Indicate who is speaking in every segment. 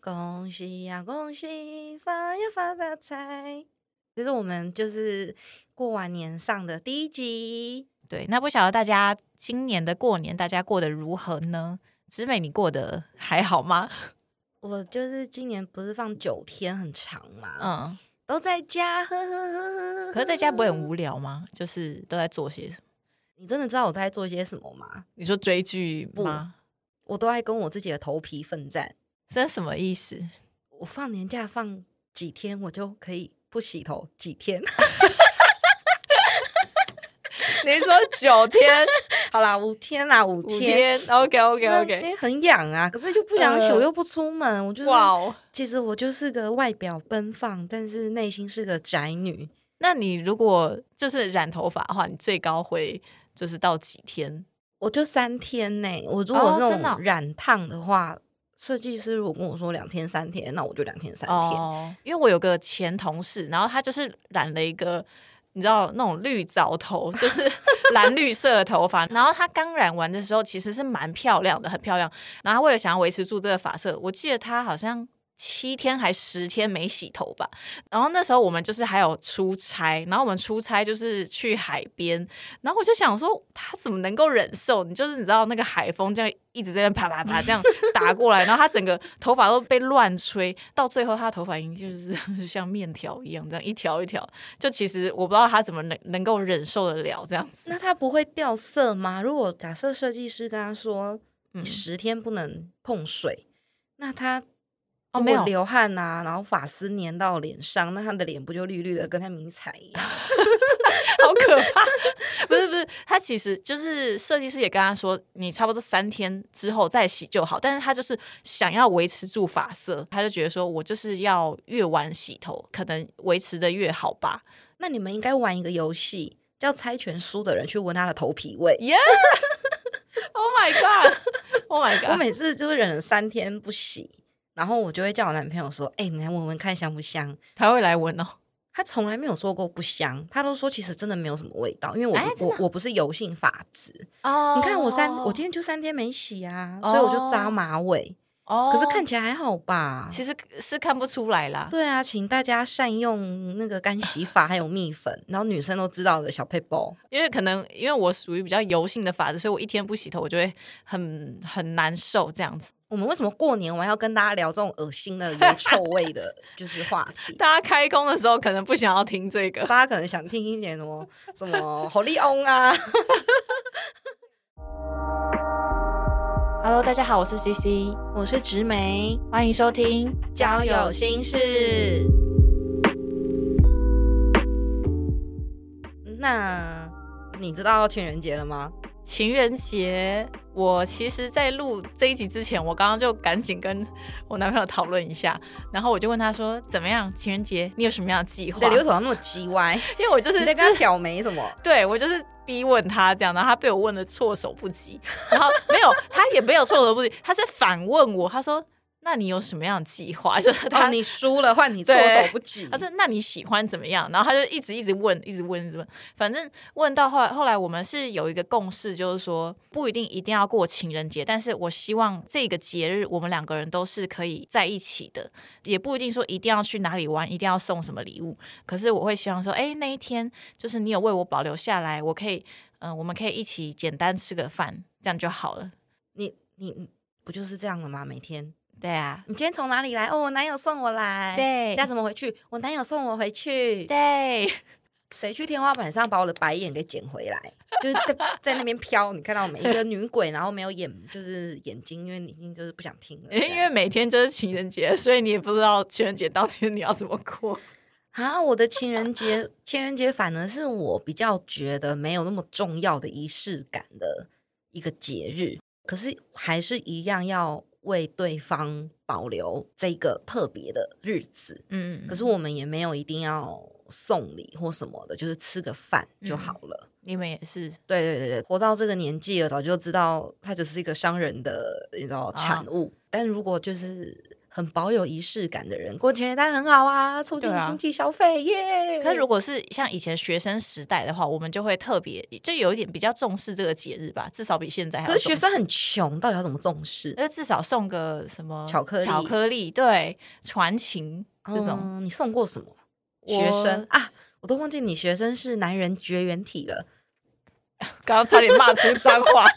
Speaker 1: 恭喜呀、恭喜，发呀发大财！这是我们就是过完年上的第一集。
Speaker 2: 对，那不晓得大家今年的过年大家过得如何呢？植美，你过得还好吗？
Speaker 1: 我就是今年不是放九天很长嘛，
Speaker 2: 嗯，
Speaker 1: 都在家，呵呵呵呵呵。
Speaker 2: 可是在家不会很无聊 吗？就是都在做些什么？
Speaker 1: 你真的知道我在做些什么吗？
Speaker 2: 你说追剧
Speaker 1: 不
Speaker 2: 吗？
Speaker 1: 我都在跟我自己的头皮奋战。
Speaker 2: 这是什么意思？
Speaker 1: 我放年假放几天，我就可以不洗头几天。
Speaker 2: 你说九天、
Speaker 1: 好啦，五天啦，五
Speaker 2: 五
Speaker 1: 天。
Speaker 2: 天？OK OK
Speaker 1: 那
Speaker 2: OK。
Speaker 1: 那很痒啊，可是就不想洗，
Speaker 2: 呃
Speaker 1: 我又不出门，我就是
Speaker 2: 哇哦！
Speaker 1: 其实我就是个外表奔放，但是内心是个宅女。
Speaker 2: 那你如果就是染头发的话，你最高会就是到几天？
Speaker 1: 我就三天呢、我如
Speaker 2: 哦
Speaker 1: 果这
Speaker 2: 真的哦
Speaker 1: 种染烫的话，设计师如果跟我说两天三天，那我就两天三天。
Speaker 2: 哦，因为我有个前同事，然后他就是染了一个。你知道那种绿藻头，就是蓝绿色的头发。然后他刚染完的时候，其实是蛮漂亮的，很漂亮。然后他为了想要维持住这个发色，我记得他好像七天还十天没洗头吧。然后那时候我们就是还有出差，然后我们出差就是去海边，然后我就想说，他怎么能够忍受？你就是你知道那个海风这样一直在那啪啪啪这样打过来，然后他整个头发都被乱吹，到最后他的头发已经就是 像面条一样，这样一条一条。就其实我不知道他怎么能能够忍受得了这样子。
Speaker 1: 那它不会掉色吗？如果假设设计师跟他说
Speaker 2: 嗯
Speaker 1: 你十天不能碰水，那他
Speaker 2: 哦
Speaker 1: 如
Speaker 2: 没
Speaker 1: 果
Speaker 2: 有
Speaker 1: 流汗啊，然后发丝粘到脸上，那他的脸不就绿绿的，跟他迷彩一 样？
Speaker 2: 好可怕！ 不是不是，他其实就是设计师也跟他说，你差不多三天之后再洗就好。但是他就是想要维持住发色，他就觉得说我就是要越晚洗头，可能维持的越好吧。
Speaker 1: 那你们应该玩一个游戏，叫猜拳输的人去闻他的头皮味。
Speaker 2: 耶、yeah!！Oh Oh my god！Oh my
Speaker 1: 我
Speaker 2: god！
Speaker 1: 每次就是忍了三天不洗，然后我就会叫我男朋友说：“哎、你来闻闻看香不香
Speaker 2: 他会来闻哦。？”
Speaker 1: 他从来没有说过不香，他都说其实真的没有什么味道，因为我、
Speaker 2: 哎真的
Speaker 1: 我
Speaker 2: 啊
Speaker 1: 我不是油性发质。
Speaker 2: 哦
Speaker 1: 你看我三，我今天就三天没洗啊，
Speaker 2: 哦
Speaker 1: 所以我就扎马尾，
Speaker 2: 哦
Speaker 1: 可是看起来还好吧？
Speaker 2: 其实是看不出来啦。
Speaker 1: 对啊，请大家善用那个干洗法，还有蜜粉，然后女生都知道的小配包。
Speaker 2: 因为可能因为我属于比较油性的发质，所以我一天不洗头，我就会很很难受这样子。
Speaker 1: 我们为什么过年完要跟大家聊这种恶心的油臭味的，就是话题？
Speaker 2: 大家开工的时候可能不想要听这个。
Speaker 1: 大家可能想听一点什么什么好利翁啊，
Speaker 2: Hello，大家好，我是 CC，
Speaker 1: 我是植梅，
Speaker 2: 欢迎收听。
Speaker 1: 交友心事。嗯那你知道要情人节了吗？
Speaker 2: 情人节，我其实，在录这一集之前，我刚刚就赶紧跟我男朋友讨论一下，然后我就问他说，怎么样？情人节你有什么样的计
Speaker 1: 你
Speaker 2: 划
Speaker 1: 的？流头那么叽歪，
Speaker 2: 因为我就是
Speaker 1: 你在跟他挑眉什么？
Speaker 2: 对我就是逼问他这样，然后他被我问的措手不及，然后没有，他也没有措手不及，他是反问我，他说：“那你有什么样的计划？”就是他、
Speaker 1: 哦，你输了，换你措手不及。
Speaker 2: 他说：“那你喜欢怎么样？”然后他就一直一直问，一直问，一直问。反正问到后来，后来我们是有一个共识，就是说不一定一定要过情人节，但是我希望这个节日我们两个人都是可以在一起的，也不一定说一定要去哪里玩，一定要送什么礼物。可是我会希望说，哎，那一天就是你有为我保留下来，我可以，嗯、我们可以一起简单吃个饭，这样就好了。
Speaker 1: 你你你不就是这样了吗？每天
Speaker 2: 对啊，
Speaker 1: 你今天从哪里来？哦，我男友送我来。
Speaker 2: 对
Speaker 1: 那怎么回去？我男友送我回去。
Speaker 2: 对，
Speaker 1: 谁去天花板上把我的白眼给捡回来？ 就是在在那边飘，你看到没？一个女鬼，然后没有眼，就是眼睛，因为你已经就是不想听了这
Speaker 2: 因
Speaker 1: 样。
Speaker 2: 为因为每天就是情人节，所以你也不知道情人节当天你要怎么过。
Speaker 1: 啊，我的情人节， 情人节反而是我比较觉得没有那么重要的仪式感的一个节日，可是还是一样要为对方保留这个特别的日子。
Speaker 2: 嗯，
Speaker 1: 可是我们也没有一定要送礼或什么的，就是吃个饭就
Speaker 2: 嗯
Speaker 1: 好了。
Speaker 2: 你们也是
Speaker 1: 对对对对，活到这个年纪了，早就知道它只是一个商人的，你知道
Speaker 2: 啊
Speaker 1: 产物。但如果就是很保有仪式感的人，过情人节很好啊，促进
Speaker 2: 对啊
Speaker 1: 经济消费耶。
Speaker 2: 可是如果是像以前学生时代的话，我们就会特别就有一点比较重视这个节日吧，至少比现在还要
Speaker 1: 可是学生
Speaker 2: 重视，哎
Speaker 1: 很穷，到底要怎么重视？
Speaker 2: 就至少送个什么
Speaker 1: 巧克力
Speaker 2: 巧克力对传情这种。
Speaker 1: 嗯你送过什么？
Speaker 2: 我
Speaker 1: 学生啊，我都忘记你学生是男人绝缘体 了。
Speaker 2: 刚刚差点骂出脏 话，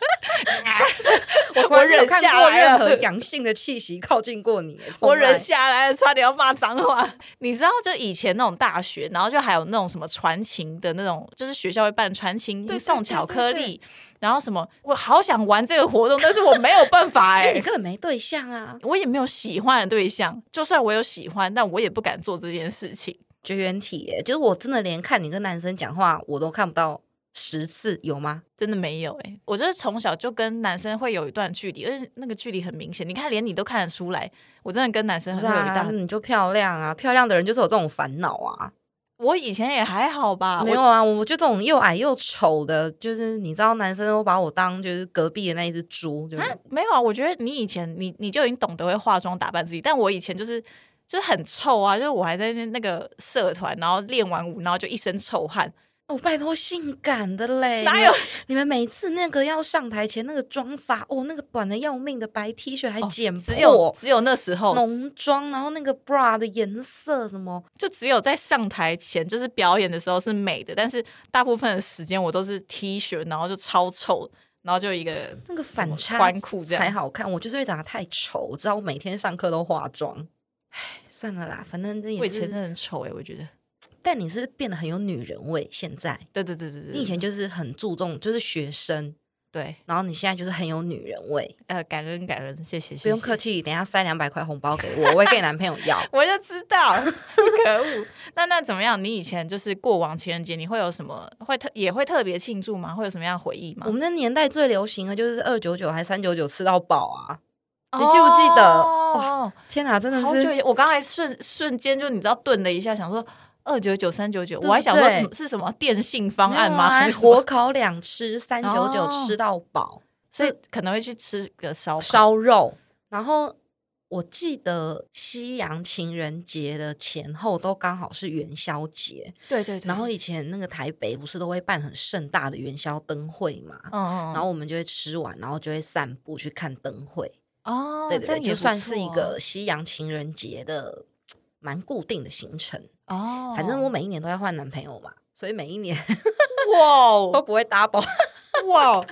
Speaker 1: 我从来没有
Speaker 2: 忍
Speaker 1: 看
Speaker 2: 下
Speaker 1: 过
Speaker 2: 来
Speaker 1: 任
Speaker 2: 了
Speaker 1: 何阳性的气息靠近过 你，从
Speaker 2: 我忍
Speaker 1: 来
Speaker 2: 下来了，差点要骂脏话。 你知道，就以前那种大学，然后就还有那种什么传情的那种，就是学校会办传情
Speaker 1: 对对
Speaker 2: 送
Speaker 1: 对
Speaker 2: 巧
Speaker 1: 对
Speaker 2: 克
Speaker 1: 对
Speaker 2: 力，然后什么，我好想玩这个活动，但是我没有办法 哎、
Speaker 1: 因为你根本没对象啊。
Speaker 2: 我也没有喜欢的对象，就算我有喜欢，但我也不敢做这件事情。
Speaker 1: 绝缘体耶，就是我真的连看你跟男生讲话，我都看不到十次，有吗？
Speaker 2: 真的没有哎、我就是从小就跟男生会有一段距离，而且那个距离很明显，你看连你都看得出来，我真的跟男生
Speaker 1: 不
Speaker 2: 会
Speaker 1: 是
Speaker 2: 有一
Speaker 1: 啊，
Speaker 2: 段。
Speaker 1: 你就漂亮啊，漂亮的人就是有这种烦恼啊。
Speaker 2: 我以前也还好吧，
Speaker 1: 没有啊，我就这种又矮又丑的，就是你知道，男生都把我当就是隔壁的那一只猪，就
Speaker 2: 我
Speaker 1: 是
Speaker 2: 啊，没有啊。我觉得你以前你你就已经懂得会化妆打扮自己，但我以前就是。就是很臭啊！就是我还在那那个社团，然后练完舞，然后就一身臭汗，
Speaker 1: 哦，拜托，性感的嘞！
Speaker 2: 哪
Speaker 1: 哎你
Speaker 2: 有
Speaker 1: 们你们每次那个要上台前那个妆法，哦，那个短的要命的白 T 恤还
Speaker 2: 哦
Speaker 1: 剪
Speaker 2: 只有
Speaker 1: 破，
Speaker 2: 只有那时候，
Speaker 1: 浓妆，然后那个 bra 的颜色什么，
Speaker 2: 就只有在上台前，就是表演的时候是美的，但是大部分的时间我都是 T 恤，然后就超丑，然后就一个
Speaker 1: 那个
Speaker 2: 什
Speaker 1: 反
Speaker 2: 么
Speaker 1: 差
Speaker 2: 宽裤这
Speaker 1: 才
Speaker 2: 样。
Speaker 1: 好看。我就是因为长得太丑，我知道我每天上课都化妆。唉，算了啦，反正这
Speaker 2: 我
Speaker 1: 也
Speaker 2: 以前真
Speaker 1: 是。
Speaker 2: 的很丑哎、我觉得。
Speaker 1: 但你是变得很有女人味，现在
Speaker 2: 对对对对对，
Speaker 1: 你以前就是很注重就是学生，
Speaker 2: 对
Speaker 1: 然后你现在就是很有女人味。
Speaker 2: 呃，感恩感恩，谢谢，
Speaker 1: 不用
Speaker 2: 谢谢
Speaker 1: 客气，等一下塞两百块红包给我，我会跟你男朋友要。
Speaker 2: 我就知 道，可恶。那那怎么样？你以前就是过往情人节，你会有什么会特也会特别庆祝吗？会有什么样的回忆吗
Speaker 1: 我？们那年代最流行的就是二九九还三九九吃到饱啊！你记不记得
Speaker 2: 哦，
Speaker 1: 天哪，真的
Speaker 2: 好久
Speaker 1: 是
Speaker 2: 以，我刚才瞬瞬间就你知道顿了一下，想说二九九三九九，
Speaker 1: 对
Speaker 2: 我还想说
Speaker 1: 对
Speaker 2: 什么是什么电信方案吗？
Speaker 1: 没有啊
Speaker 2: 还是什么
Speaker 1: 火烤两吃，三九九
Speaker 2: 哦
Speaker 1: 吃到饱，
Speaker 2: 所以可能会去吃个烧烤
Speaker 1: 烧肉。然后我记得西洋情人节的前后都刚好是元宵节，
Speaker 2: 对对对，
Speaker 1: 然后以前那个台北不是都会办很盛大的元宵灯会嘛？
Speaker 2: 嗯嗯，
Speaker 1: 然后我们就会吃完，然后就会散步去看灯会。
Speaker 2: 哦，
Speaker 1: 对对
Speaker 2: 这
Speaker 1: 对，
Speaker 2: 样也
Speaker 1: 就
Speaker 2: 不
Speaker 1: 算是一
Speaker 2: 错啊
Speaker 1: 个西洋情人节的蛮固定的行程。
Speaker 2: 哦，
Speaker 1: 反正我每一年都要换男朋友嘛，所以每一年都
Speaker 2: 哇
Speaker 1: 不会 double。
Speaker 2: 哇，哦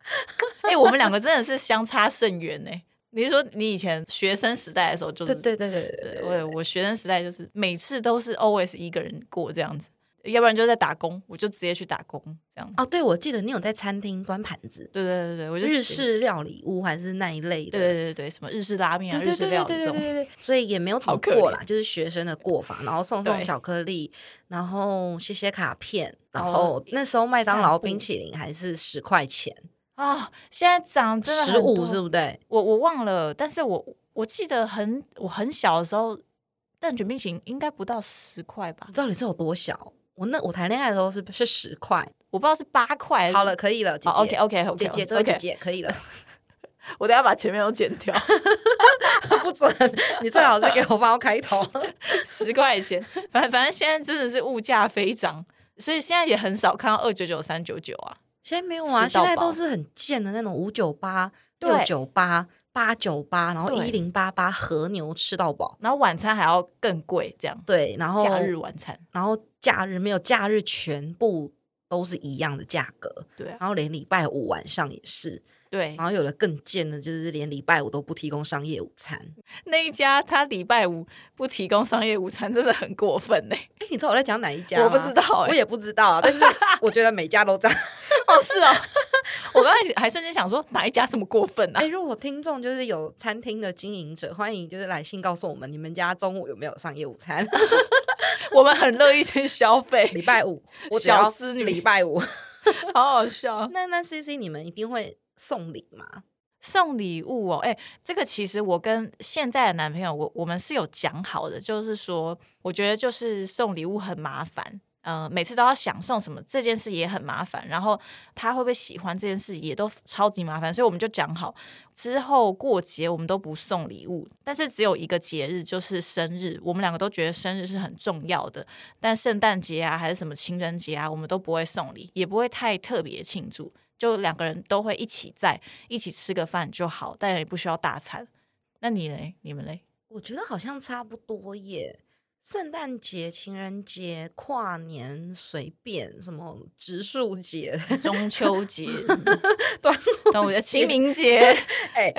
Speaker 2: 哎，我们两个真的是相差甚远呢。你是说你以前学生时代的时候就是
Speaker 1: 对对对对对
Speaker 2: 对
Speaker 1: 对，
Speaker 2: 我我学生时代就是每次都是 always 一个人过这样子，要不然就在打工，我就直接去打工这样。
Speaker 1: 哦，对，我记得你有在餐厅端盘子，
Speaker 2: 对对对对，我就
Speaker 1: 日
Speaker 2: 直接
Speaker 1: 式料理屋还是那一类
Speaker 2: 对对
Speaker 1: 的。
Speaker 2: 对对，什么日式拉面啊、
Speaker 1: 对
Speaker 2: 日
Speaker 1: 对
Speaker 2: 式
Speaker 1: 对
Speaker 2: 料
Speaker 1: 对
Speaker 2: 理这
Speaker 1: 对对
Speaker 2: 种，
Speaker 1: 对对，所以也没有怎
Speaker 2: 好
Speaker 1: 么
Speaker 2: 可
Speaker 1: 过
Speaker 2: 怜
Speaker 1: 啦，就是学生的过法，然后送送
Speaker 2: 对
Speaker 1: 巧克力，然后写写卡片，然
Speaker 2: 哦
Speaker 1: 后那时候麦当劳
Speaker 2: 散步
Speaker 1: 冰淇淋还是十块钱，
Speaker 2: 啊、现在涨真的
Speaker 1: 十
Speaker 2: 很
Speaker 1: 五
Speaker 2: 多
Speaker 1: 是不对？
Speaker 2: 我我忘了，但是我我记得很我很小的时候，蛋卷冰淇淋应该不到十块吧
Speaker 1: 你，到底是有多小？我那我谈恋爱的时候是是十块，
Speaker 2: 我不知道是八块还是。
Speaker 1: 好了，可以了，姐
Speaker 2: 哦，OK
Speaker 1: 姐，
Speaker 2: OK OK，
Speaker 1: 姐姐，这位姐
Speaker 2: OK，
Speaker 1: 姐可以了。
Speaker 2: 我等一下把前面都剪掉，
Speaker 1: 不准！你最好是给我包开 头。
Speaker 2: 十块钱，反正反正现在真的是物价飞涨，所以现在也很少看到二九九、三九九啊。
Speaker 1: 现在没有啊，
Speaker 2: 吃到
Speaker 1: 现
Speaker 2: 饱
Speaker 1: 在都是很贱的那种五九八、
Speaker 2: 对
Speaker 1: 六九八、八九八，然后
Speaker 2: 对
Speaker 1: 一零八八和牛吃到饱。
Speaker 2: 然后晚餐还要更贵，这样
Speaker 1: 对，然后
Speaker 2: 假日晚餐，
Speaker 1: 然后假日没有假日，全部都是一样的价格。
Speaker 2: 对啊，
Speaker 1: 然后连礼拜五晚上也是，
Speaker 2: 对
Speaker 1: 然，后有的更贱的，就是连礼拜五都不提供商业午餐。
Speaker 2: 那一家他礼拜五不提供商业午餐，真的很过分呢、
Speaker 1: 哎，你知道我在讲哪一家
Speaker 2: 我
Speaker 1: 吗？
Speaker 2: 不知道哎、
Speaker 1: 我也不知道啊。但 是我觉得每家都这样。
Speaker 2: 哦，是哦， 我刚才还瞬间想说哪一家这么过分啊
Speaker 1: 哎、？如果听众就是有餐厅的经营者，欢迎就是来信告诉我们，你们家中午有没有商业午餐？
Speaker 2: 我们很乐意去消
Speaker 1: 礼
Speaker 2: 费，
Speaker 1: 拜五，我只
Speaker 2: 小
Speaker 1: 要
Speaker 2: 资女
Speaker 1: 礼拜 五。
Speaker 2: 好好笑。
Speaker 1: 那那 C C，你们一定会送礼吗？
Speaker 2: 送礼物哦，哎、这个其实我跟现在的男朋友，我我们是有讲好的，就是说，我觉得就是送礼物很麻烦。呃每次都要想送什么这件事也很麻烦，然后他会不会喜欢这件事也都超级麻烦，所以我们就讲好之后过节我们都不送礼物，但是只有一个节日就是生日，我们两个都觉得生日是很重要的，但圣诞节啊还是什么情人节啊，我们都不会送礼，也不会太特别庆祝。就两个人都会一起在一起吃个饭就好，但也不需要大餐。那你嘞？你们嘞？
Speaker 1: 我觉得好像差不多耶。圣诞节、情人节、跨年随便什么植树节，
Speaker 2: 中秋节、
Speaker 1: 端
Speaker 2: 端午节、清明节，
Speaker 1: 哎、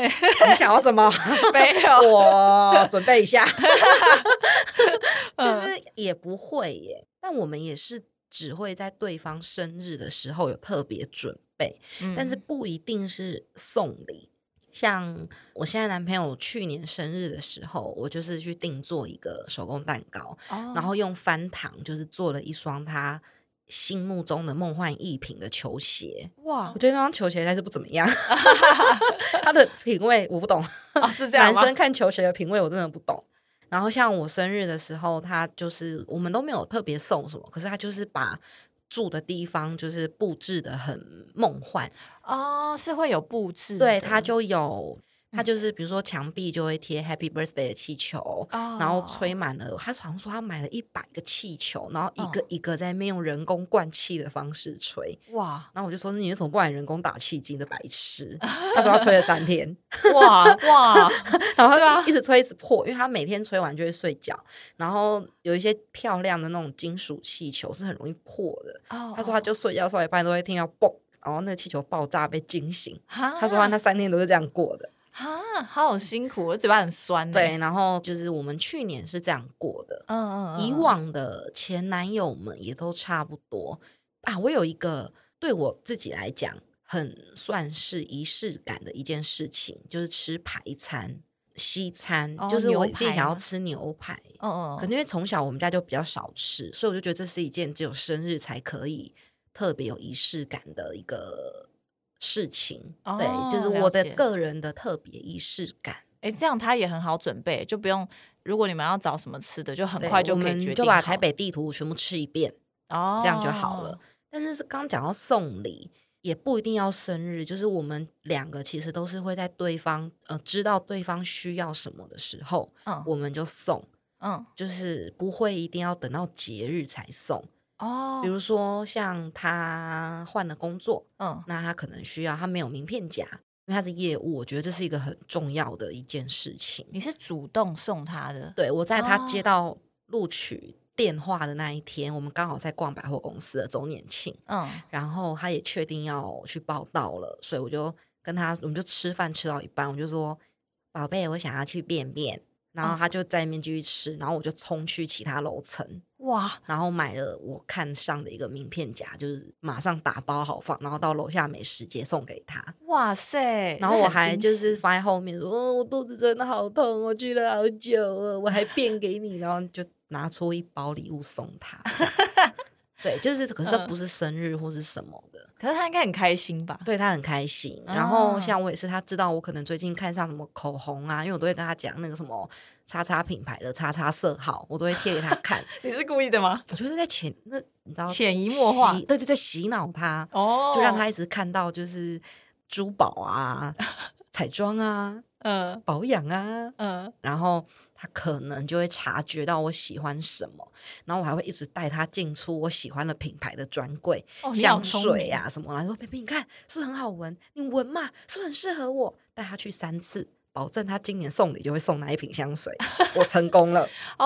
Speaker 1: 你想要什么？
Speaker 2: 没有，
Speaker 1: 我准备一下，就
Speaker 2: 嗯
Speaker 1: 是也不会耶。但我们也是只会在对方生日的时候有特别准备，
Speaker 2: 嗯
Speaker 1: 但是不一定是送礼。像我现在男朋友去年生日的时候，我就是去定做一个手工蛋糕，
Speaker 2: 嗯
Speaker 1: 然后用翻糖就是做了一双他心目中的梦幻逸品的球鞋。
Speaker 2: 哦 哇
Speaker 1: 我觉得那双球鞋还是不怎么 样，他的品味我不懂。
Speaker 2: 啊是这样
Speaker 1: 男
Speaker 2: 吗
Speaker 1: 生？看球鞋的品味我真的不懂。然后像我生日的时候，他就是我们都没有特别送什么，可是他就是把住的地方就是布置的很梦幻，
Speaker 2: 哦，是会有布置的，嗯
Speaker 1: 对，他就有。他就是，比如说墙壁就会贴 Happy Birthday 的气球，
Speaker 2: 哦
Speaker 1: 然后吹满了。他好像说他买了一百个气球，然后一个
Speaker 2: 哦
Speaker 1: 一个在那边用人工灌气的方式吹。
Speaker 2: 哇
Speaker 1: 然后我就说：“你为什么不买人工打气机的白痴？”他说他吹了三天。
Speaker 2: 哇哇，
Speaker 1: 然后
Speaker 2: 对啊
Speaker 1: 一直吹一直破，因为他每天吹完就会睡觉。然后有一些漂亮的那种金属气球是很容易破的。
Speaker 2: 哦
Speaker 1: 他说他就睡觉睡到一半都会听到嘣，然后那个气球爆炸被惊醒。
Speaker 2: 哈
Speaker 1: 他说他那三天都是这样过的。
Speaker 2: 哈好辛苦，我嘴巴很酸欸，
Speaker 1: 对，然后就是我们去年是这样过的，
Speaker 2: 嗯，嗯嗯，
Speaker 1: 以往的前男友们也都差不多啊。我有一个对我自己来讲很算是仪式感的一件事情，就是吃排餐。西餐、
Speaker 2: 哦
Speaker 1: 就是我
Speaker 2: 牛
Speaker 1: 一定
Speaker 2: 排
Speaker 1: 想要
Speaker 2: 吗
Speaker 1: 吃牛排，
Speaker 2: 嗯嗯
Speaker 1: 可能因为从小我们家就比较少吃，所以我就觉得这是一件只有生日才可以特别有仪式感的一个事情。
Speaker 2: 哦
Speaker 1: 对，就是
Speaker 2: 了
Speaker 1: 我的
Speaker 2: 解
Speaker 1: 个人的特别仪式感。
Speaker 2: 哎，这样他也很好准备，就不用。如果你们要找什么吃的，就很
Speaker 1: 对
Speaker 2: 快就
Speaker 1: 我
Speaker 2: 可以
Speaker 1: 们
Speaker 2: 决定好。
Speaker 1: 就把台北地图全部吃一遍，
Speaker 2: 哦，
Speaker 1: 这样就好了。。但是是刚讲到送礼。也不一定要生日，就是我们两个其实都是会在对方呃知道对方需要什么的时候，
Speaker 2: 嗯
Speaker 1: 我们就送，
Speaker 2: 嗯
Speaker 1: 就是不会一定要等到节日才送。
Speaker 2: 哦，
Speaker 1: 比如说像他换了工作，
Speaker 2: 嗯
Speaker 1: 那他可能需要他没有名片夹，因为他是业务，我觉得这是一个很重要的一件事情。
Speaker 2: 你是主动送他的，
Speaker 1: 对我在他接
Speaker 2: 哦
Speaker 1: 到录取电话的那一天，我们刚好在逛百货公司的周年庆，
Speaker 2: 嗯
Speaker 1: 然后他也确定要去报道了，所以我就跟他，我们就吃饭吃到一半，我就说：“宝贝，我想要去便便。”然后
Speaker 2: 哦
Speaker 1: 他就在那边继续吃，然后我就冲去其他楼层，
Speaker 2: 哇，
Speaker 1: 然后买了我看上的一个名片夹，就是马上打包好放，然后到楼下美食街送给他。
Speaker 2: 哇塞！
Speaker 1: 然后我
Speaker 2: 那很
Speaker 1: 还
Speaker 2: 惊
Speaker 1: 就是
Speaker 2: 喜
Speaker 1: 放在后面说：“哦，我肚子真的好痛，我去了好久哦，我还变给你。”然后就拿出一包礼物送他。 对，就是可是这
Speaker 2: 嗯
Speaker 1: 不是生日或是什么的，
Speaker 2: 可是他应该很开心吧？
Speaker 1: 对他很开心。然后
Speaker 2: 啊
Speaker 1: 像我也是，他知道我可能最近看上什么口红啊，因为我都会跟他讲那个什么叉叉品牌的叉叉色号，我都会贴 给他看。
Speaker 2: 你是故意的吗？
Speaker 1: 我就是在潜那你知道
Speaker 2: 潜移默化
Speaker 1: 洗对对对，洗脑他，
Speaker 2: 哦，
Speaker 1: 就让他一直看到就是珠宝 啊、彩妆啊、
Speaker 2: 嗯
Speaker 1: 保养啊，
Speaker 2: 嗯
Speaker 1: 然后他可能就会察觉到我喜欢什么，然后我还会一直带他进出我喜欢的品牌的专柜，
Speaker 2: 哦，你好
Speaker 1: 香
Speaker 2: 聪
Speaker 1: 水
Speaker 2: 明
Speaker 1: 啊什么，然后说：“贝贝，你看是不是很好闻？你闻嘛，是不是很适合我？”带他去三次。保证他今年送礼就会送哪一瓶香水，我成功 了。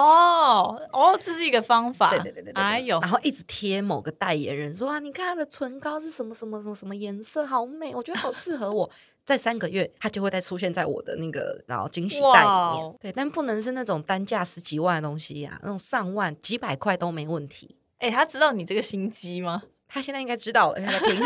Speaker 2: 哦哦，这是一个方法。
Speaker 1: 对对对对对对，
Speaker 2: 哎呦
Speaker 1: 然，后一直贴某个代言人说啊，你看他的唇膏是什么什么什么什么颜色，好美，我觉得好适合我。在三个月，它就会再出现在我的那个然后惊喜袋里
Speaker 2: 哇哦
Speaker 1: 面。对，但不能是那种单价十几万的东西呀、那种上万、几百块都没问题。
Speaker 2: 哎，他知道你这个心机吗？
Speaker 1: 他现在应该知道了，因为他在听。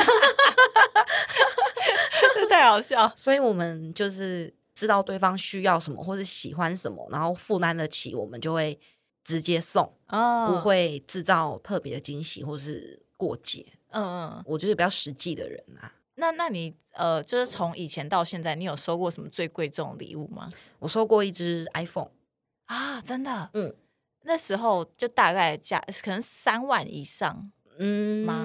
Speaker 2: 这太好笑。
Speaker 1: 所以我们就是知道对方需要什么或是喜欢什么，然后负担得起，我们就会直接送，
Speaker 2: 哦，
Speaker 1: 不，会制造特别的惊喜或是过节。
Speaker 2: 嗯嗯。
Speaker 1: 我就是比较实际的人啊。
Speaker 2: 那那你呃，就是从以前到现在，你有收过什么最贵重的礼物吗？
Speaker 1: 我收过一只 iPhone，
Speaker 2: 啊，真的，
Speaker 1: 嗯。
Speaker 2: 那时候就大概价可能三万以上，吗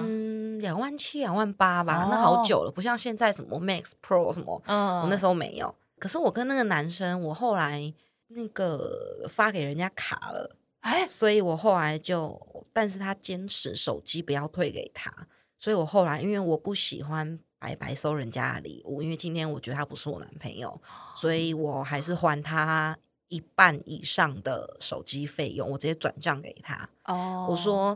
Speaker 1: 嗯，两万七、两万八吧，那
Speaker 2: 哦
Speaker 1: 好久了，不像现在什么 Max Pro 什么，
Speaker 2: 嗯，
Speaker 1: 我那时候没有。可是我跟那个男生，我后来那个发给人家卡了，
Speaker 2: 哎，
Speaker 1: 所以我后来就，但是他坚持手机不要退给他，所以我后来因为我不喜欢白白收人家的礼物，因为今天我觉得他不是我男朋友，所
Speaker 2: 哦
Speaker 1: 以我还是还他一半以上的手机费用，我直接转账给他。
Speaker 2: 哦，
Speaker 1: 我说，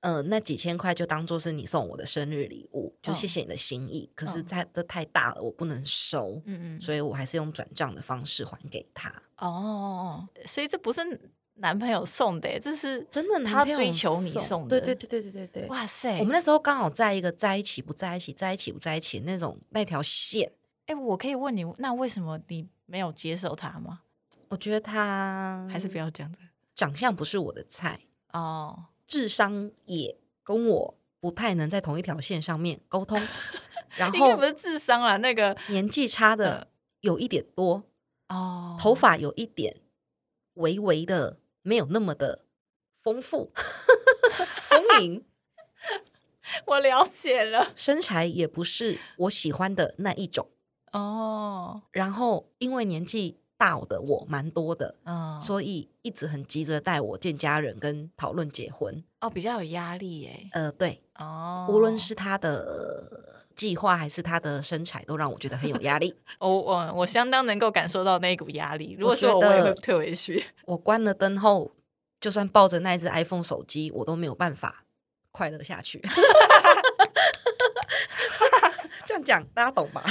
Speaker 1: 呃，那几千块就当做是你送我的生日礼物，就
Speaker 2: 嗯
Speaker 1: 谢谢你的心意。可是
Speaker 2: 嗯
Speaker 1: 太这太大了，我不能收，
Speaker 2: 嗯，嗯嗯，
Speaker 1: 所以我还是用转账的方式还给他。
Speaker 2: 哦，所以这不是男朋友送的耶，这是
Speaker 1: 真的，
Speaker 2: 他
Speaker 1: 男朋友
Speaker 2: 追求你送的
Speaker 1: 对对对对对对对。
Speaker 2: 哇塞，
Speaker 1: 我们那时候刚好在一个在一起不在一起，在一起不在一起那种那条线，
Speaker 2: 哎，我可以问你，那为什么你没有接受他吗？
Speaker 1: 我觉得他
Speaker 2: 还是不要这样子？
Speaker 1: 长相不是我的菜，
Speaker 2: 哦，
Speaker 1: 智商也跟我不太能在同一条线上面沟 通，然
Speaker 2: 应该
Speaker 1: 后
Speaker 2: 不是智商啊，那个
Speaker 1: 年纪差的有一点多，
Speaker 2: 哦，
Speaker 1: 头发有一点微微的没有那么的丰富 丰盈，
Speaker 2: 我了解了，
Speaker 1: 身材也不是我喜欢的那一种。
Speaker 2: 哦，
Speaker 1: 然后因为年纪大的我蛮多的，
Speaker 2: 嗯，
Speaker 1: 所以一直很急着带我见家人跟讨论结婚。
Speaker 2: 哦，比较有压力耶，
Speaker 1: 呃，对，
Speaker 2: 哦，
Speaker 1: 无论是他的计划还是他的身材，都让我觉得很有压力。
Speaker 2: 我哦我我相当能够感受到那一股压力，如果
Speaker 1: 我
Speaker 2: 是
Speaker 1: 觉
Speaker 2: 我，我也
Speaker 1: 得
Speaker 2: 会退回去。
Speaker 1: 我关了灯后，就算抱着那一只 iPhone 手机，我都没有办法快乐下去。 这样讲大家懂吧？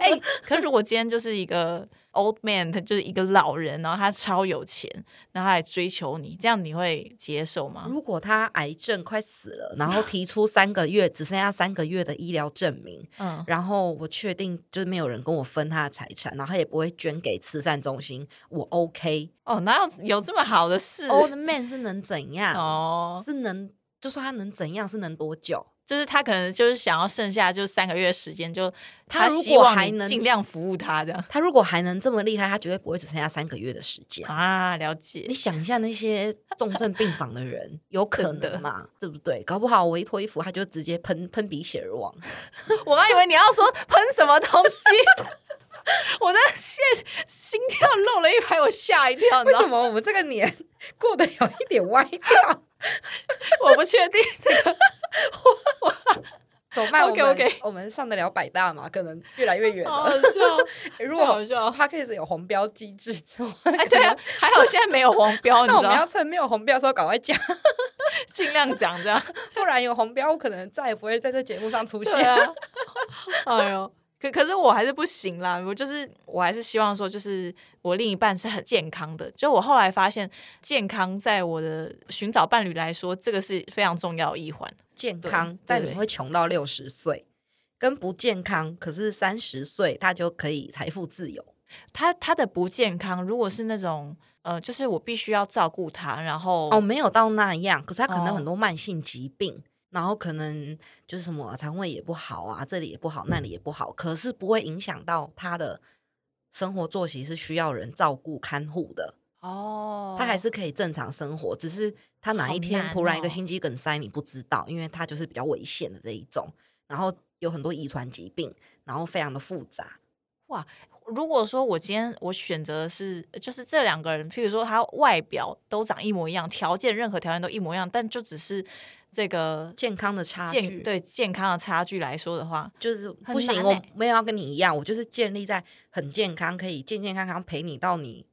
Speaker 2: 哎、可是如果今天就是一个 old man，他就是一个老人，然后他超有钱，然后他来追求你，这样你会接受吗？
Speaker 1: 如果他癌症快死了，然后提出三个月只剩下三个月的医疗证明，
Speaker 2: 嗯，
Speaker 1: 然后我确定就是没有人跟我分他的财产，然后他也不会捐给慈善中心，我 OK。
Speaker 2: 哦，哪有有这么好的事？
Speaker 1: Old man 是能怎样？
Speaker 2: 哦，
Speaker 1: 是能，就说他能怎样，是能多久？
Speaker 2: 就是他可能就是想要剩下就三个月时间，就
Speaker 1: 他如
Speaker 2: 希
Speaker 1: 果
Speaker 2: 望
Speaker 1: 还
Speaker 2: 你
Speaker 1: 能
Speaker 2: 尽量服务他这样
Speaker 1: 他如果还能这么厉害，他绝对不会只剩下三个月的时间。
Speaker 2: 啊，了解
Speaker 1: 你。想一下那些重症病房的人， 有可
Speaker 2: 真的
Speaker 1: 能嘛？对不对？搞不好我一脱衣服，他就直接喷喷鼻血而亡。
Speaker 2: 我刚以为你要说喷什么东西， 我的 现心跳漏了一拍，我吓一跳，你知道吗？
Speaker 1: 么我们这个 年过得有一点歪掉？
Speaker 2: 我不确定这个
Speaker 1: 怎么办
Speaker 2: OK，
Speaker 1: 我们
Speaker 2: OK
Speaker 1: 我们上得了百大嘛？可能越来越远
Speaker 2: 好好 笑。
Speaker 1: 如
Speaker 2: 太好 笑
Speaker 1: p a c k a g e 有红标机制，
Speaker 2: 哎，对啊，还好现在没有黄 标，你知道，
Speaker 1: 趁没有红标的时候赶快讲，
Speaker 2: 尽量讲这样。
Speaker 1: 不然有红标，我可能再也不会在这节目上出
Speaker 2: 对啊， 哎呦，可可是我还是不行啦，我就是我还是希望说，就是我另一半是很健康的。就我后来发现，健康在我的寻找伴侣来说，这个是非常重要的一环。
Speaker 1: 健
Speaker 2: 对
Speaker 1: 康，
Speaker 2: 对
Speaker 1: 但你会穷到六十岁，跟不健康，可是三十岁他就可以财富自由。
Speaker 2: 他他的不健康，如果是那种呃，就是我必须要照顾他，然后
Speaker 1: 哦，没有到那样，可是他可能有
Speaker 2: 哦
Speaker 1: 很多慢性疾病，然后可能就是什么肠胃也不好啊，这里也不好，那里也不好，可是不会影响到他的生活作息是需要人照顾看护的，
Speaker 2: 哦，
Speaker 1: 他还是可以正常生活，只是他哪
Speaker 2: 好
Speaker 1: 一天
Speaker 2: 难
Speaker 1: 突然一
Speaker 2: 哦
Speaker 1: 个心肌梗塞你不知道，因为他就是比较危险的这一种，然后有很多遗传疾病，然后非常的复杂，
Speaker 2: 如果说我今天我选择的是，就是这两个人，譬如说他外表都长一模一样，条件任何条件都一模一样，但就只是这个
Speaker 1: 健康的差距
Speaker 2: 健对健康的差距来说的话，
Speaker 1: 就是
Speaker 2: 很
Speaker 1: 不行，
Speaker 2: 难
Speaker 1: 我
Speaker 2: 欸
Speaker 1: 没有要跟你一样，我就是建立在很健康，可以健健康康陪你到你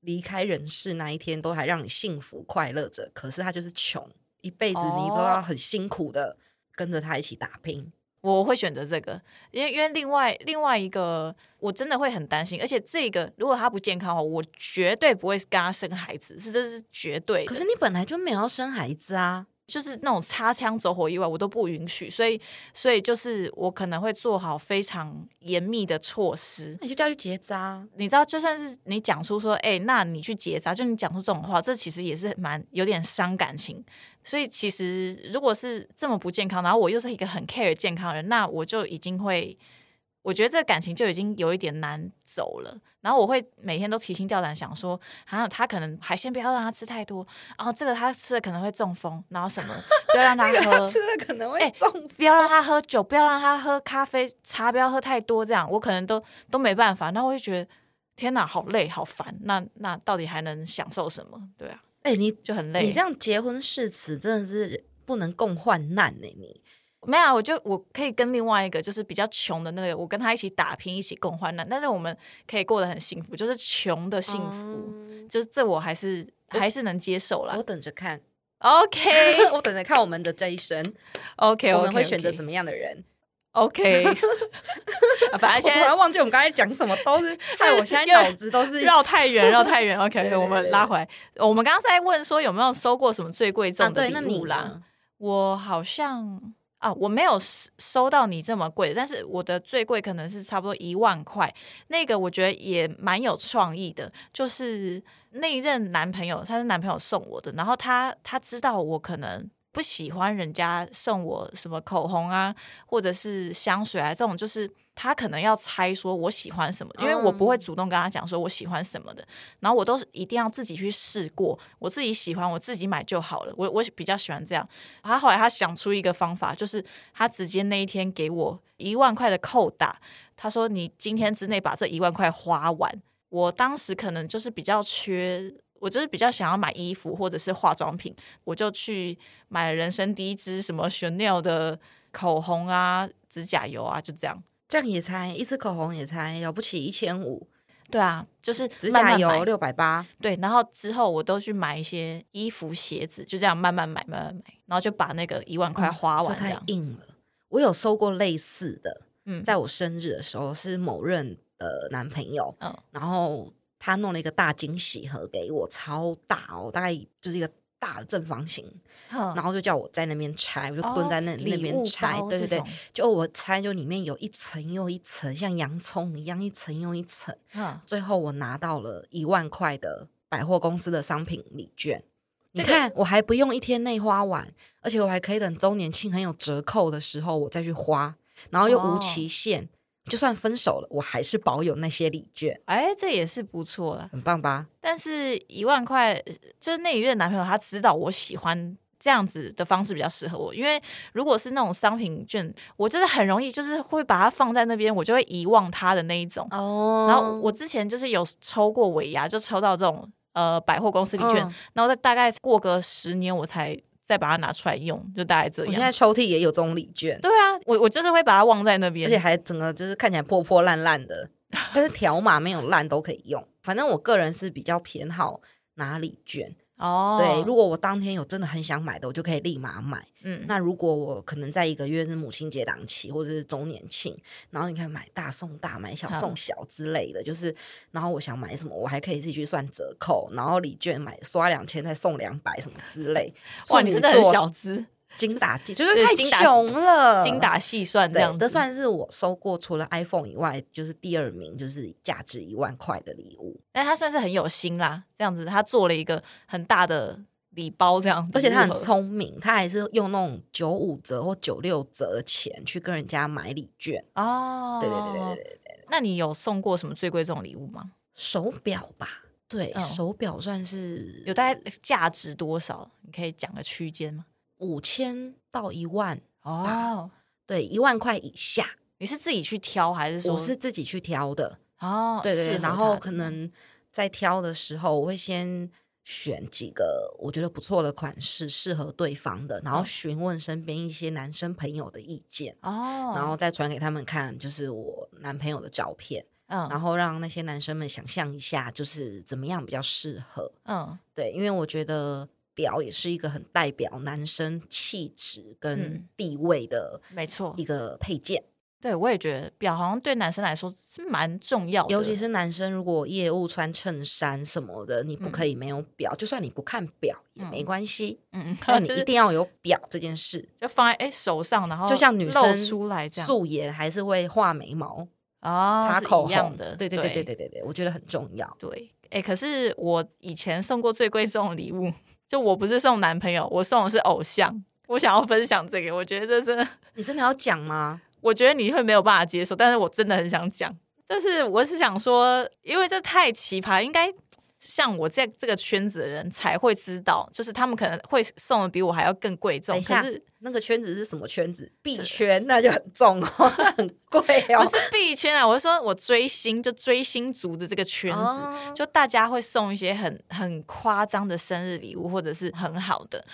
Speaker 1: 离开人世那一天，都还让你幸福快乐着。可是他就是穷，一辈子你都要
Speaker 2: 哦
Speaker 1: 很辛苦的跟着他一起打拼。
Speaker 2: 我会选择这个，因为因为另外另外一个我真的会很担心，而且这个如果他不健康的话，我绝对不会跟他生孩子，是这是绝对的。
Speaker 1: 可是你本来就没有要生孩子啊，
Speaker 2: 就是那种擦枪走火意外，我都不允许，所以所以就是我可能会做好非常严密的措施。
Speaker 1: 那你就叫他去结扎啊。
Speaker 2: 你知道，就算是你讲出说，哎、那你去结扎，就你讲出这种话，这其实也是蛮有点伤感情。所以其实如果是这么不健康，然后我又是一个很 care 健康的人，那我就已经会我觉得这个感情就已经有一点难走了。然后我会每天都提心吊胆，想说啊，他可能还先不要让他吃太多，然、后这个他吃了可能会中风，然后什么不要让他
Speaker 1: 那个他
Speaker 2: 喝
Speaker 1: 吃。了可能会
Speaker 2: 哎
Speaker 1: 中
Speaker 2: 不要让他喝酒，不要让他喝咖啡、茶，不要喝太多，这样我可能都都没办法。那我就觉得天哪，好累，好烦。那那到底还能享受什么？对啊，
Speaker 1: 哎、你
Speaker 2: 就很累。
Speaker 1: 你这样结婚誓词真的是不能共患难呢、你
Speaker 2: 没有啊，我就我可以跟另外一个就是比较穷的那个，我跟他一起打拼，一起共患难，但是我们可以过得很幸福，就是穷的幸福，
Speaker 1: 哦
Speaker 2: 就是这我还是还是能接受啦
Speaker 1: 我。等着看，
Speaker 2: OK
Speaker 1: 我等着看我们的这一生
Speaker 2: OK，
Speaker 1: 我们会选择什
Speaker 2: 么
Speaker 1: 么样的人。
Speaker 2: ？OK，啊反
Speaker 1: 我
Speaker 2: 正
Speaker 1: 突
Speaker 2: 现在
Speaker 1: 然忘记我们刚才讲什么，都 是害我现在
Speaker 2: 又
Speaker 1: 脑子都是
Speaker 2: 绕 太远，绕太远。OK，
Speaker 1: 对对
Speaker 2: OK，
Speaker 1: 对
Speaker 2: 我们拉回来。我们刚刚在问说有没有收过什么最贵
Speaker 1: 啊，
Speaker 2: 重的
Speaker 1: 对，那
Speaker 2: 礼
Speaker 1: 你
Speaker 2: 物啦？
Speaker 1: 呢
Speaker 2: 我好像啊，我没有收收到你这么贵，但是我的最贵可能是差不多一万块，那个我觉得也蛮有创意的，就是那一任男朋友，他是男朋友送我的，然后他他知道我可能。不喜欢人家送我什么口红啊，或者是香水啊，这种就是他可能要猜说我喜欢什么，因为我不会
Speaker 1: 嗯
Speaker 2: 主动跟他讲说我喜欢什么的，然后我都是一定要自己去试过，我自己喜欢我自己买就好了。我我比较喜欢这样。他后来他想出一个方法，就是他直接那一天给我一万块的扣打，他说你今天之内把这一万块花完。我当时可能就是比较缺，我就是比较想要买衣服或者是化妆品，我就去买了人生第一支什么 Chanel 的口红啊、指甲油啊，就这样。
Speaker 1: 这样也才一支口红也才了不起一千五，
Speaker 2: 对啊，就是
Speaker 1: 指
Speaker 2: 慢
Speaker 1: 甲
Speaker 2: 慢
Speaker 1: 油
Speaker 2: 买
Speaker 1: 六百八，
Speaker 2: 对，然后之后我都去买一些衣服、鞋子，就这样慢慢买、慢慢买，然后就把那个一万块花
Speaker 1: 这
Speaker 2: 完这
Speaker 1: 太
Speaker 2: 样。
Speaker 1: 硬了。我有收过类似的，
Speaker 2: 嗯，
Speaker 1: 在我生日的时候是某任的男朋友，
Speaker 2: 嗯
Speaker 1: 然后他弄了一个大惊喜盒给我，超大哦，大概就是一个大的正方形，然
Speaker 2: 然
Speaker 1: 后就叫我在那边拆，我就
Speaker 2: 哦
Speaker 1: 蹲在那、那边拆，对对对，，就我拆就里面有一层又一层，像洋葱一样一层又一层，
Speaker 2: 嗯，
Speaker 1: 最后我拿到了一万块的百货公司的商品礼券。你
Speaker 2: 这个
Speaker 1: 看，我还不用一天内花完，而且我还可以等周年庆很有折扣的时候我再去花，然后又无
Speaker 2: 哦
Speaker 1: 期限，就算分手了，我还是保有那些礼券，
Speaker 2: 哎，这也是不错啦。
Speaker 1: 很棒吧？
Speaker 2: 但是一万块，呃就是那一任男朋友他知道我喜欢。这样子的方式比较适合我，因为如果是那种商品券，我就是很容易就是会把它放在那边，我就会遗忘它的那一种。
Speaker 1: 哦
Speaker 2: 然后我之前就是有抽过尾牙，就抽到这种呃百货公司礼券，
Speaker 1: 嗯
Speaker 2: 然后再大概过个十年我才再把它拿出来用，就大概这
Speaker 1: 我现在
Speaker 2: 样。
Speaker 1: 抽屉也有这种礼券，
Speaker 2: 对啊，我我就是会把它忘在那
Speaker 1: 而且
Speaker 2: 边。
Speaker 1: 还整个就是看起来破破烂烂 的，但是条码没有烂都可以用。反正我个人是比较偏好拿礼券，
Speaker 2: 哦，
Speaker 1: 对，如果我当天有真的很想买的，我就可以立马买。
Speaker 2: 嗯，
Speaker 1: 那如果我可能在一个月是母亲节档期或者是周年庆，然后你看买大送大，买小送小之类的，就是然后我想买什么，我还可以自己去算折扣，然后礼券买刷两千再送两百什么之类。
Speaker 2: 哇，
Speaker 1: 处
Speaker 2: 你
Speaker 1: 女
Speaker 2: 真的很
Speaker 1: 座
Speaker 2: 小资，
Speaker 1: 精打细，就是
Speaker 2: 对
Speaker 1: 太
Speaker 2: 精打
Speaker 1: 穷了，
Speaker 2: 精打细算这
Speaker 1: 呃对
Speaker 2: 样，子。
Speaker 1: 这算是我收过除了 iPhone 以外，就是第二名，就是价值一万块的礼物，
Speaker 2: 但他算是很有心啦，这样子他做了一个很大的礼包这样子，
Speaker 1: 而且他很
Speaker 2: 礼盒，
Speaker 1: 聪明，他还是用那种九五折或九六折的钱去跟人家买礼券。
Speaker 2: 哦，
Speaker 1: 对对对对对对。
Speaker 2: 那你有送过什么最贵重的礼物吗？
Speaker 1: 手表吧，对，
Speaker 2: 嗯
Speaker 1: 手表算是
Speaker 2: 有大概价值多少？你可以讲个区间吗？
Speaker 1: 五千到一万，
Speaker 2: 哦，
Speaker 1: 对，一万块以下，
Speaker 2: 你是自己去挑还是说？
Speaker 1: 我是自己去挑的，
Speaker 2: 哦，
Speaker 1: 对对
Speaker 2: 适
Speaker 1: 对，
Speaker 2: 合
Speaker 1: 然
Speaker 2: 他
Speaker 1: 后
Speaker 2: 的
Speaker 1: 可能在挑的时候，我会先。选几个我觉得不错的款式，适合对方的，然后
Speaker 2: 嗯
Speaker 1: 询问身边一些男生朋友的意见，
Speaker 2: 哦，
Speaker 1: 然后再传给他们看，就是我男朋友的照片，
Speaker 2: 嗯
Speaker 1: 然后让那些男生们想象一下，就是怎么样比较适合。
Speaker 2: 嗯
Speaker 1: 对，因为我觉得表也是一个很代表男生气质跟
Speaker 2: 嗯哦
Speaker 1: 地位的
Speaker 2: 没错
Speaker 1: 一，个配件，
Speaker 2: 对我也觉得表好像对男生来说是蛮重要的，
Speaker 1: 尤其是男生如果业务穿衬衫什么的，你不可以没有表，就算你不看表也没
Speaker 2: 嗯
Speaker 1: 关 系，
Speaker 2: 嗯，
Speaker 1: 但
Speaker 2: 就
Speaker 1: 你一
Speaker 2: 是
Speaker 1: 定要有表这件事。
Speaker 2: 就放在哎手上，然后
Speaker 1: 就像女
Speaker 2: 露
Speaker 1: 生
Speaker 2: 出来哎这样
Speaker 1: 素颜还是会画眉毛、
Speaker 2: 哦，
Speaker 1: 擦
Speaker 2: 是
Speaker 1: 口
Speaker 2: 一样
Speaker 1: 红
Speaker 2: 的，
Speaker 1: 对对对对对对对，我觉得很重要。
Speaker 2: 对，哎、可是我以前送过最贵重的礼物，就我不是送男朋友，我送的是偶像。我想要分享这个，我觉得这真的
Speaker 1: 你真的要讲吗？
Speaker 2: 我觉得你会没有办法接受，但是我真的很想讲。但是我是想说，因为这太奇葩，应该像我在这个圈子的人才会知道，就是他们可能会送的比我还要更贵
Speaker 1: 等
Speaker 2: 重。
Speaker 1: 一
Speaker 2: 可
Speaker 1: 下
Speaker 2: 是，
Speaker 1: 那个圈子是什么圈子？币圈，那就很重哦， 那很贵哦。
Speaker 2: 不是币圈啊，我是说我追星，就追星族的这个圈子，
Speaker 1: 哦
Speaker 2: 就大家会送一些很很夸张的生日礼物，或者是很好的。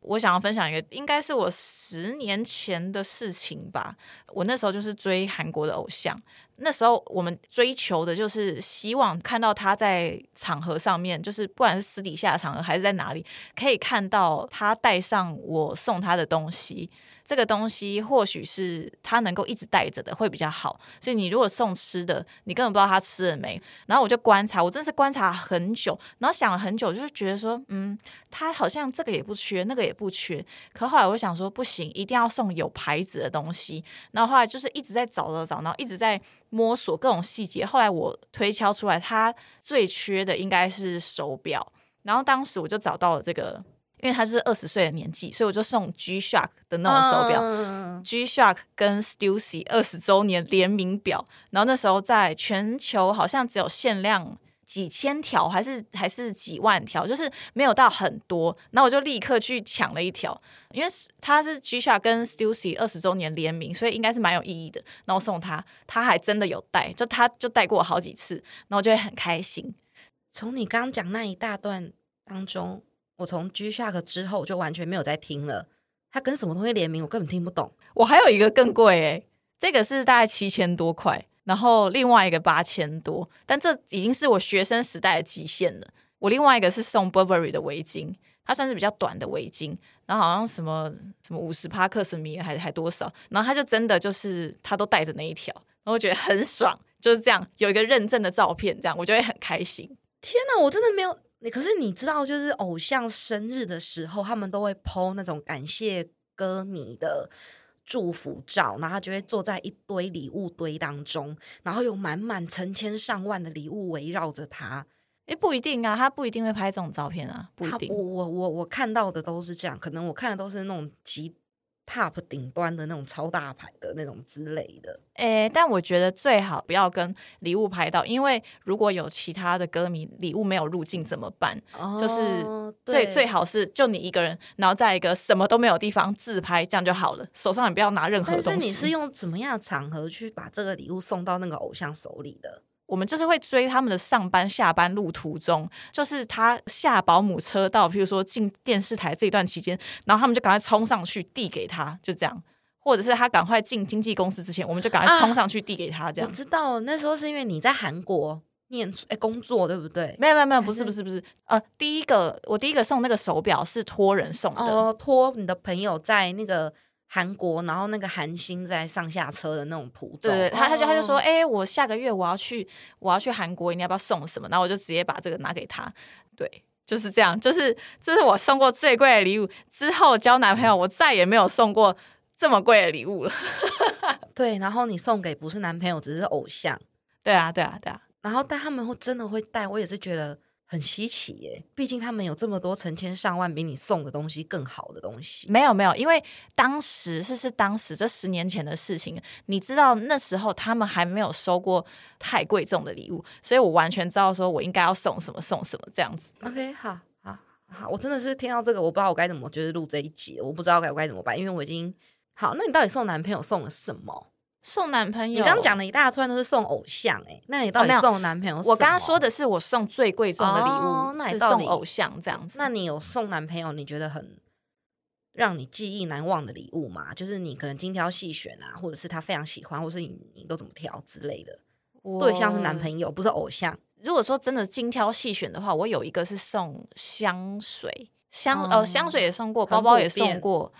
Speaker 2: 我想要分享一个，应该是我十年前的事情吧。我那时候就是追韩国的偶像，那时候我们追求的就是希望看到他在场合上面，就是不管是私底下的场合还是在哪里，可以看到他带上我送他的东西。这个东西或许是他能够一直带着的会比较好，所以你如果送吃的，你根本不知道他吃了没。然后我就观察，我真的是观察很久，然后想了很久，就是觉得说，嗯，他好像这个也不缺，那个也不缺。可后来我想说，不行，一定要送有牌子的东西。然后后来就是一直在找找找，然后一直在摸索各种细节。后来我推敲出来，他最缺的应该是手表。然后当时我就找到了这个，因为他是二十岁的年纪，所以我就送 G Shock 的那种手表。
Speaker 1: 嗯
Speaker 2: G Shock 跟 Stussy 二十周年联名表，然后那时候在全球好像只有限量几千条，还是还是几万条，就是没有到很多。然后我就立刻去抢了一条，因为它是 G Shock 跟 Stussy 二十周年联名，所以应该是蛮有意义的。然后送他，他还真的有戴，就他就戴过我好几次，然后我就会很开心。
Speaker 1: 从你刚刚讲那一大段当中，我从 G Shock 之后就完全没有再听了。它跟什么东西联名，我根本听不懂。
Speaker 2: 我还有一个更贵诶、这个是大概七千多块，然后另外一个八千多，但这已经是我学生时代的极限了。我另外一个是送 Burberry 的围巾，它算是比较短的围巾，然后好像什么什么五十帕克什米尔还还多少，然后他就真的就是他都带着那一条，然后我觉得很爽，就是这样有一个认证的照片，这样我就会很开心。
Speaker 1: 天哪，我真的没有。你可是你知道，就是偶像生日的时候，他们都会 PO 那种感谢歌迷的祝福照，然后他就会坐在一堆礼物堆当中，然后有满满成千上万的礼物围绕着他。
Speaker 2: 诶，不一定啊，他不一定会拍这种照片啊，不一
Speaker 1: 他
Speaker 2: 定。
Speaker 1: 我我我我看到的都是这样，可能我看的都是那种极 top 顶端的那种超大牌的那种之类的。
Speaker 2: 诶、但我觉得最好不要跟礼物拍到，因为如果有其他的歌迷礼物没有入境怎么办？就是
Speaker 1: 哦
Speaker 2: 最
Speaker 1: 对
Speaker 2: 最好是就你一个人，然后在一个什么都没有地方自拍，这样就好了，手上也不要拿任何
Speaker 1: 但
Speaker 2: 东西。
Speaker 1: 是你是用怎么样的场合去把这个礼物送到那个偶像手里的？
Speaker 2: 我们就是会追他们的上班、下班路途中，就是他下保姆车道，譬如说进电视台这一段期间，然后他们就赶快冲上去递给他，就这样。或者是他赶快进经纪公司之前，我们就赶快
Speaker 1: 啊
Speaker 2: 冲上去递给他，这
Speaker 1: 我
Speaker 2: 样。
Speaker 1: 知道了那时候是因为你在韩国念书哎、工作对不对？
Speaker 2: 没有没有没有，不
Speaker 1: 还
Speaker 2: 是
Speaker 1: 是
Speaker 2: 不是不是，呃，第一个我第一个送那个手表是托人送的，
Speaker 1: 哦，托你的朋友在那个韩国，然后那个韩星在上下车的那种途中，
Speaker 2: 对，他他就他就说，
Speaker 1: 哦
Speaker 2: 哎、我下个月我要去我要去韩国，你要不要送什么？然后我就直接把这个拿给他，对，就是这样，就是这是我送过最贵的礼物。之后交男朋友，我再也没有送过这么贵的礼物了。
Speaker 1: 哦对，然后你送给不是男朋友，只是偶像。
Speaker 2: 对啊，对啊，对啊，
Speaker 1: 然后但他们会真的会带，我也是觉得很稀奇耶。毕竟他们有这么多成千上万比你送的东西更好的东西。
Speaker 2: 没有没有，因为当时是是当时这十年前的事情，你知道那时候他们还没有收过太贵重的礼物，所以我完全知道说我应该要送什么送什么这样子。
Speaker 1: OK，好好好，我真的是听到这个，我不知道我该怎么就是录这一集，我不知道该我该怎么办，因为我已经好。那你到底送男朋友送了什么？
Speaker 2: 送男朋友，
Speaker 1: 你刚刚讲的一大串都是送偶像哎，那你到
Speaker 2: 哦没
Speaker 1: 底
Speaker 2: 有
Speaker 1: 送男朋友什么？
Speaker 2: 我刚刚说的是我送最贵重的礼物，
Speaker 1: 哦那你
Speaker 2: 是
Speaker 1: 到
Speaker 2: 送
Speaker 1: 底
Speaker 2: 偶像这样子。
Speaker 1: 那你有送男朋友你觉得很让你记忆难忘的礼物吗？就是你可能精挑细选啊，或者是他非常喜欢，或是你你都怎么挑之类的。对象是男
Speaker 2: 友。
Speaker 1: 朋友，不是偶像。
Speaker 2: 如果说真的精挑细选的话，我有一个是送香水，香、
Speaker 1: 哦
Speaker 2: 呃香水也送过，
Speaker 1: 很
Speaker 2: 包包也
Speaker 1: 普遍
Speaker 2: 送过。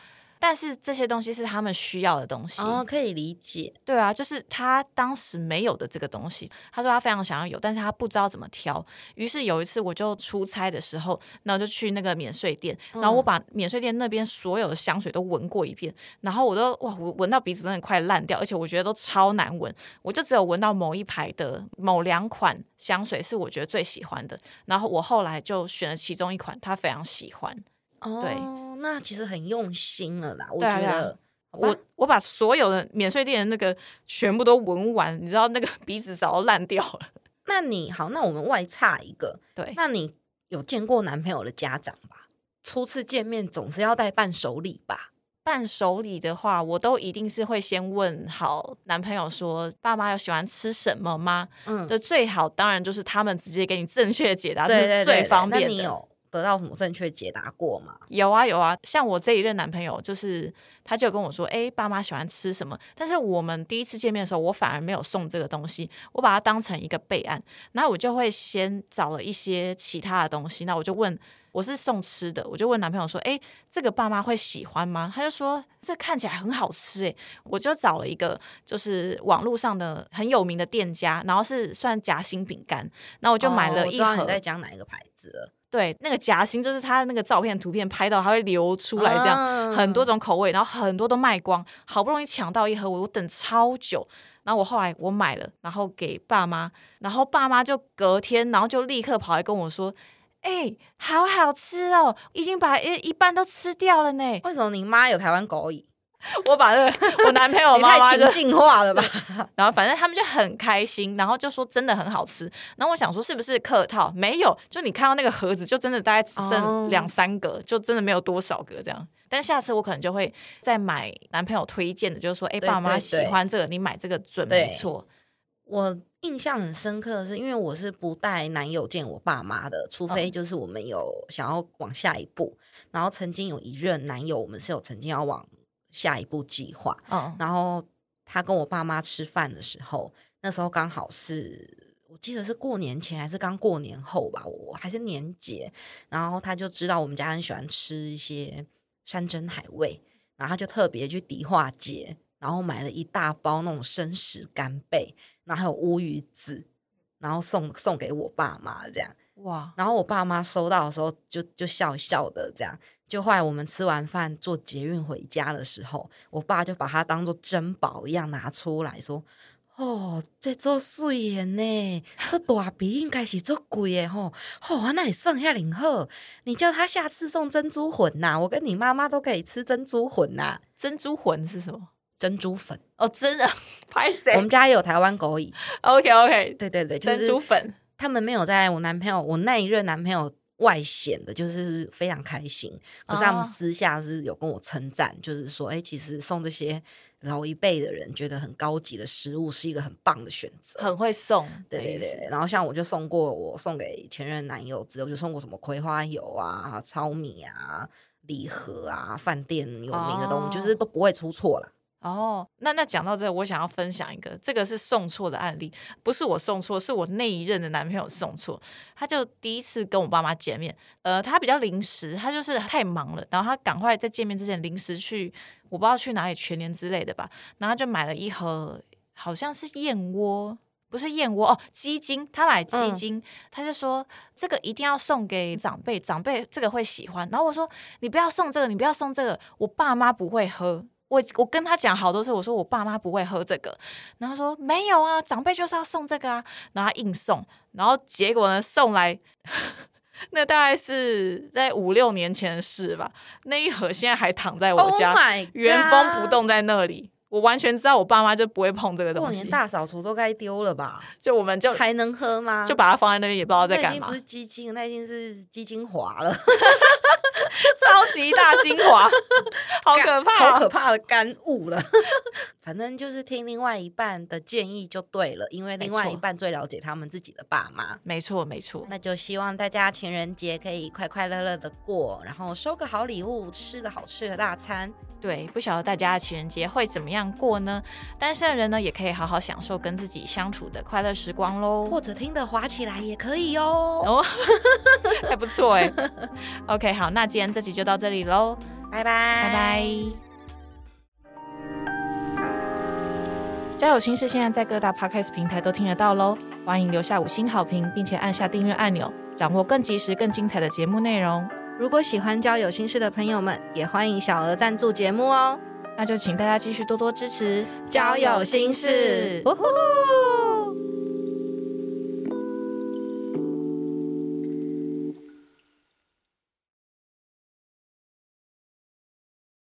Speaker 2: 但是这些东西是他们需要的东西，
Speaker 1: 哦，可以理解。
Speaker 2: 对啊，就是他当时没有的这个东西，他说他非常想要有，但是他不知道怎么挑。于是有一次我就出差的时候，那我就去那个免税店，然后我把免税店那边所有的香水都闻过一遍，然后我都哇，我闻到鼻子真的快烂掉，而且我觉得都超难闻，我就只有闻到某一排的某两款香水是我觉得最喜欢的，然后我后来就选了其中一款，他非常喜欢。
Speaker 1: 哦，
Speaker 2: 对
Speaker 1: 那其实很用心了啦，我
Speaker 2: 对啊
Speaker 1: 觉
Speaker 2: 对啊
Speaker 1: 得。吧
Speaker 2: 我我把所有的免税店的那个全部都闻完，你知道那个鼻子早要烂掉了。
Speaker 1: 那你好，那我们外差一个，
Speaker 2: 对，
Speaker 1: 那你有见过男朋友的家长吧？初次见面总是要带伴手礼吧？
Speaker 2: 伴手礼的话，我都一定是会先问好男朋友说，爸妈有喜欢吃什么吗？
Speaker 1: 嗯，
Speaker 2: 就最好当然就是他们直接给你正确的解答，
Speaker 1: 对
Speaker 2: 啊这
Speaker 1: 对对
Speaker 2: 是最
Speaker 1: 对
Speaker 2: 方便
Speaker 1: 那
Speaker 2: 的。
Speaker 1: 你有得到什么正确解答过吗？
Speaker 2: 有啊有啊，像我这一任男朋友，就是他就有跟我说，哎、爸妈喜欢吃什么？但是我们第一次见面的时候，我反而没有送这个东西，我把它当成一个备案，然后我就会先找了一些其他的东西，那我就问。我是送吃的，我就问男朋友说：“哎、这个爸妈会喜欢吗？”他就说：“这看起来很好吃。”哎，我就找了一个就是网络上的很有名的店家，然后是算夹心饼干，然后我就买
Speaker 1: 哦
Speaker 2: 了
Speaker 1: 我
Speaker 2: 一
Speaker 1: 知
Speaker 2: 盒。
Speaker 1: 道你在讲哪一个牌子了，
Speaker 2: 对，那个夹心就是它那个照片图片拍到，它会流出来这样，
Speaker 1: 嗯
Speaker 2: 很多种口味，然后很多都卖光，好不容易抢到一盒，我等超久。然后我后来我买了，然后给爸妈，然后爸妈就隔天，然后就立刻跑来跟我说：“哎、好好吃哦，已经把一一半都吃掉了呢。
Speaker 1: 为什么你妈有台湾狗椅？”
Speaker 2: 我把那个我男朋
Speaker 1: 你
Speaker 2: 友哦妈妈
Speaker 1: 太
Speaker 2: 就
Speaker 1: 情境化 了吧？
Speaker 2: 然后反正他们就很开心，然后就说真的很好吃。然后我想说是不是客套？没有，就你看到那个盒子，就真的大概只
Speaker 1: 哦
Speaker 2: 剩两三个就真的没有多少个这样。但下次我可能就会再买男朋友推荐的，就是说，哎、
Speaker 1: 对
Speaker 2: 爸妈
Speaker 1: 对
Speaker 2: 喜
Speaker 1: 对
Speaker 2: 欢这个，你买这个准
Speaker 1: 对
Speaker 2: 没错。
Speaker 1: 我印象很深刻的是，因为我是不带男友见我爸妈的，除
Speaker 2: 嗯
Speaker 1: 非就是我们有想要往下一步。然后曾经有一任男友，我们是有曾经要往下一步计划。
Speaker 2: 嗯，
Speaker 1: 然后他跟我爸妈吃饭的时候，那时候刚好是我记得是过年前还是刚过年后吧，我还是年节。然后他就知道我们家很喜欢吃一些山珍海味，然后他就特别去迪化街，然后买了一大包那种生食干贝，然后还有乌鱼子，然后送送给我爸妈这样。
Speaker 2: 哇，
Speaker 1: 然后我爸妈收到的时候就就笑笑的这样。就后来我们吃完饭坐捷运回家的时候，我爸就把它当做珍宝一样拿出来说：“哦，这做素颜呢，这大笔应该是做贵的吼，哦，那你剩下零后，你叫他下次送珍珠魂呐、我跟你妈妈都可以吃珍珠魂呐、
Speaker 2: 珍珠魂是什么？
Speaker 1: 珍珠粉。
Speaker 2: 哦，真的拍谁
Speaker 1: 我们家也有台湾狗椅，
Speaker 2: ？OK OK，
Speaker 1: 对对对，就
Speaker 2: 珍
Speaker 1: 是
Speaker 2: 珠粉。
Speaker 1: 他们没有在我男朋友，我那一任男朋友外显的，就是非常开心。可是他们
Speaker 2: 哦
Speaker 1: 私下是有跟我称赞，就是说，哎、其实送这些老一辈的人觉得很高级的食物是一个很棒的选择。
Speaker 2: 很会送，
Speaker 1: 对对
Speaker 2: 的意思
Speaker 1: 对，然后像我就送过，我送给前任男友之后，就送过什么葵花油啊、糙米啊、礼盒啊、饭店有名的东西，就是
Speaker 2: 哦
Speaker 1: 都不会出错啦。
Speaker 2: 哦，那那讲到这个，我想要分享一个，这个是送错的案例，不是我送错，是我那一任的男朋友送错。他就第一次跟我爸妈见面，呃，他比较临时，他就是太忙了，然后他赶快在见面之前临时去，我不知道去哪里全年之类的吧，然后他就买了一盒，好像是燕窝。不是燕窝哦，鸡精，他买鸡
Speaker 1: 嗯
Speaker 2: 精，他就说这个一定要送给长辈，长辈这个会喜欢。然后我说你不要送这个，你不要送这个，我爸妈不会喝。我我跟他讲好多次，我说我爸妈不会喝这个，然后他说没有啊，长辈就是要送这个啊，然后他硬送，然后结果呢送来， 那大概是在五六年前的事吧，那一盒现在还躺在我
Speaker 1: Oh
Speaker 2: 家
Speaker 1: my
Speaker 2: 原封不
Speaker 1: God。
Speaker 2: 动在那里，我完全知道我爸妈就不会碰这个
Speaker 1: 过
Speaker 2: 东
Speaker 1: 年
Speaker 2: 西，
Speaker 1: 大扫除都该丢了吧？
Speaker 2: 就我们就
Speaker 1: 还能喝吗？
Speaker 2: 就把它放在那边，也不知道在
Speaker 1: 那已
Speaker 2: 干
Speaker 1: 经
Speaker 2: 嘛
Speaker 1: 不，是鸡精，那已经是鸡精华 了，
Speaker 2: 超级大精 华，好可怕
Speaker 1: 好
Speaker 2: 哦、
Speaker 1: 可怕的干物了。 反正就是听另外一半的建议就对了，因为另外
Speaker 2: 没
Speaker 1: 一
Speaker 2: 错
Speaker 1: 半最了解他们自己的爸妈。
Speaker 2: 没错，没错，
Speaker 1: 那就希望大家情人节可以快快乐乐的过，然后收个好礼物，吃个好吃的大餐。
Speaker 2: 对，不晓得大家的情人节会怎么样过呢？单身的人呢，也可以好好享受跟自己相处的快乐时光喽
Speaker 1: 或。者听得滑起来也可以哦。
Speaker 2: 哦，还不错哎。OK，好，那今天这集就到这里喽，
Speaker 1: 拜拜拜
Speaker 2: 拜拜。交友心事现在在各大 podcast 平台都听得到喽，欢迎留下五星好评，并且按下订阅按钮，掌握更及时、更精彩的节目内容。
Speaker 1: 如果喜欢交友心事的朋友们，也欢迎小额赞助节目哦。
Speaker 2: 那就请大家继续多多支持
Speaker 1: 交友心事，呜呼！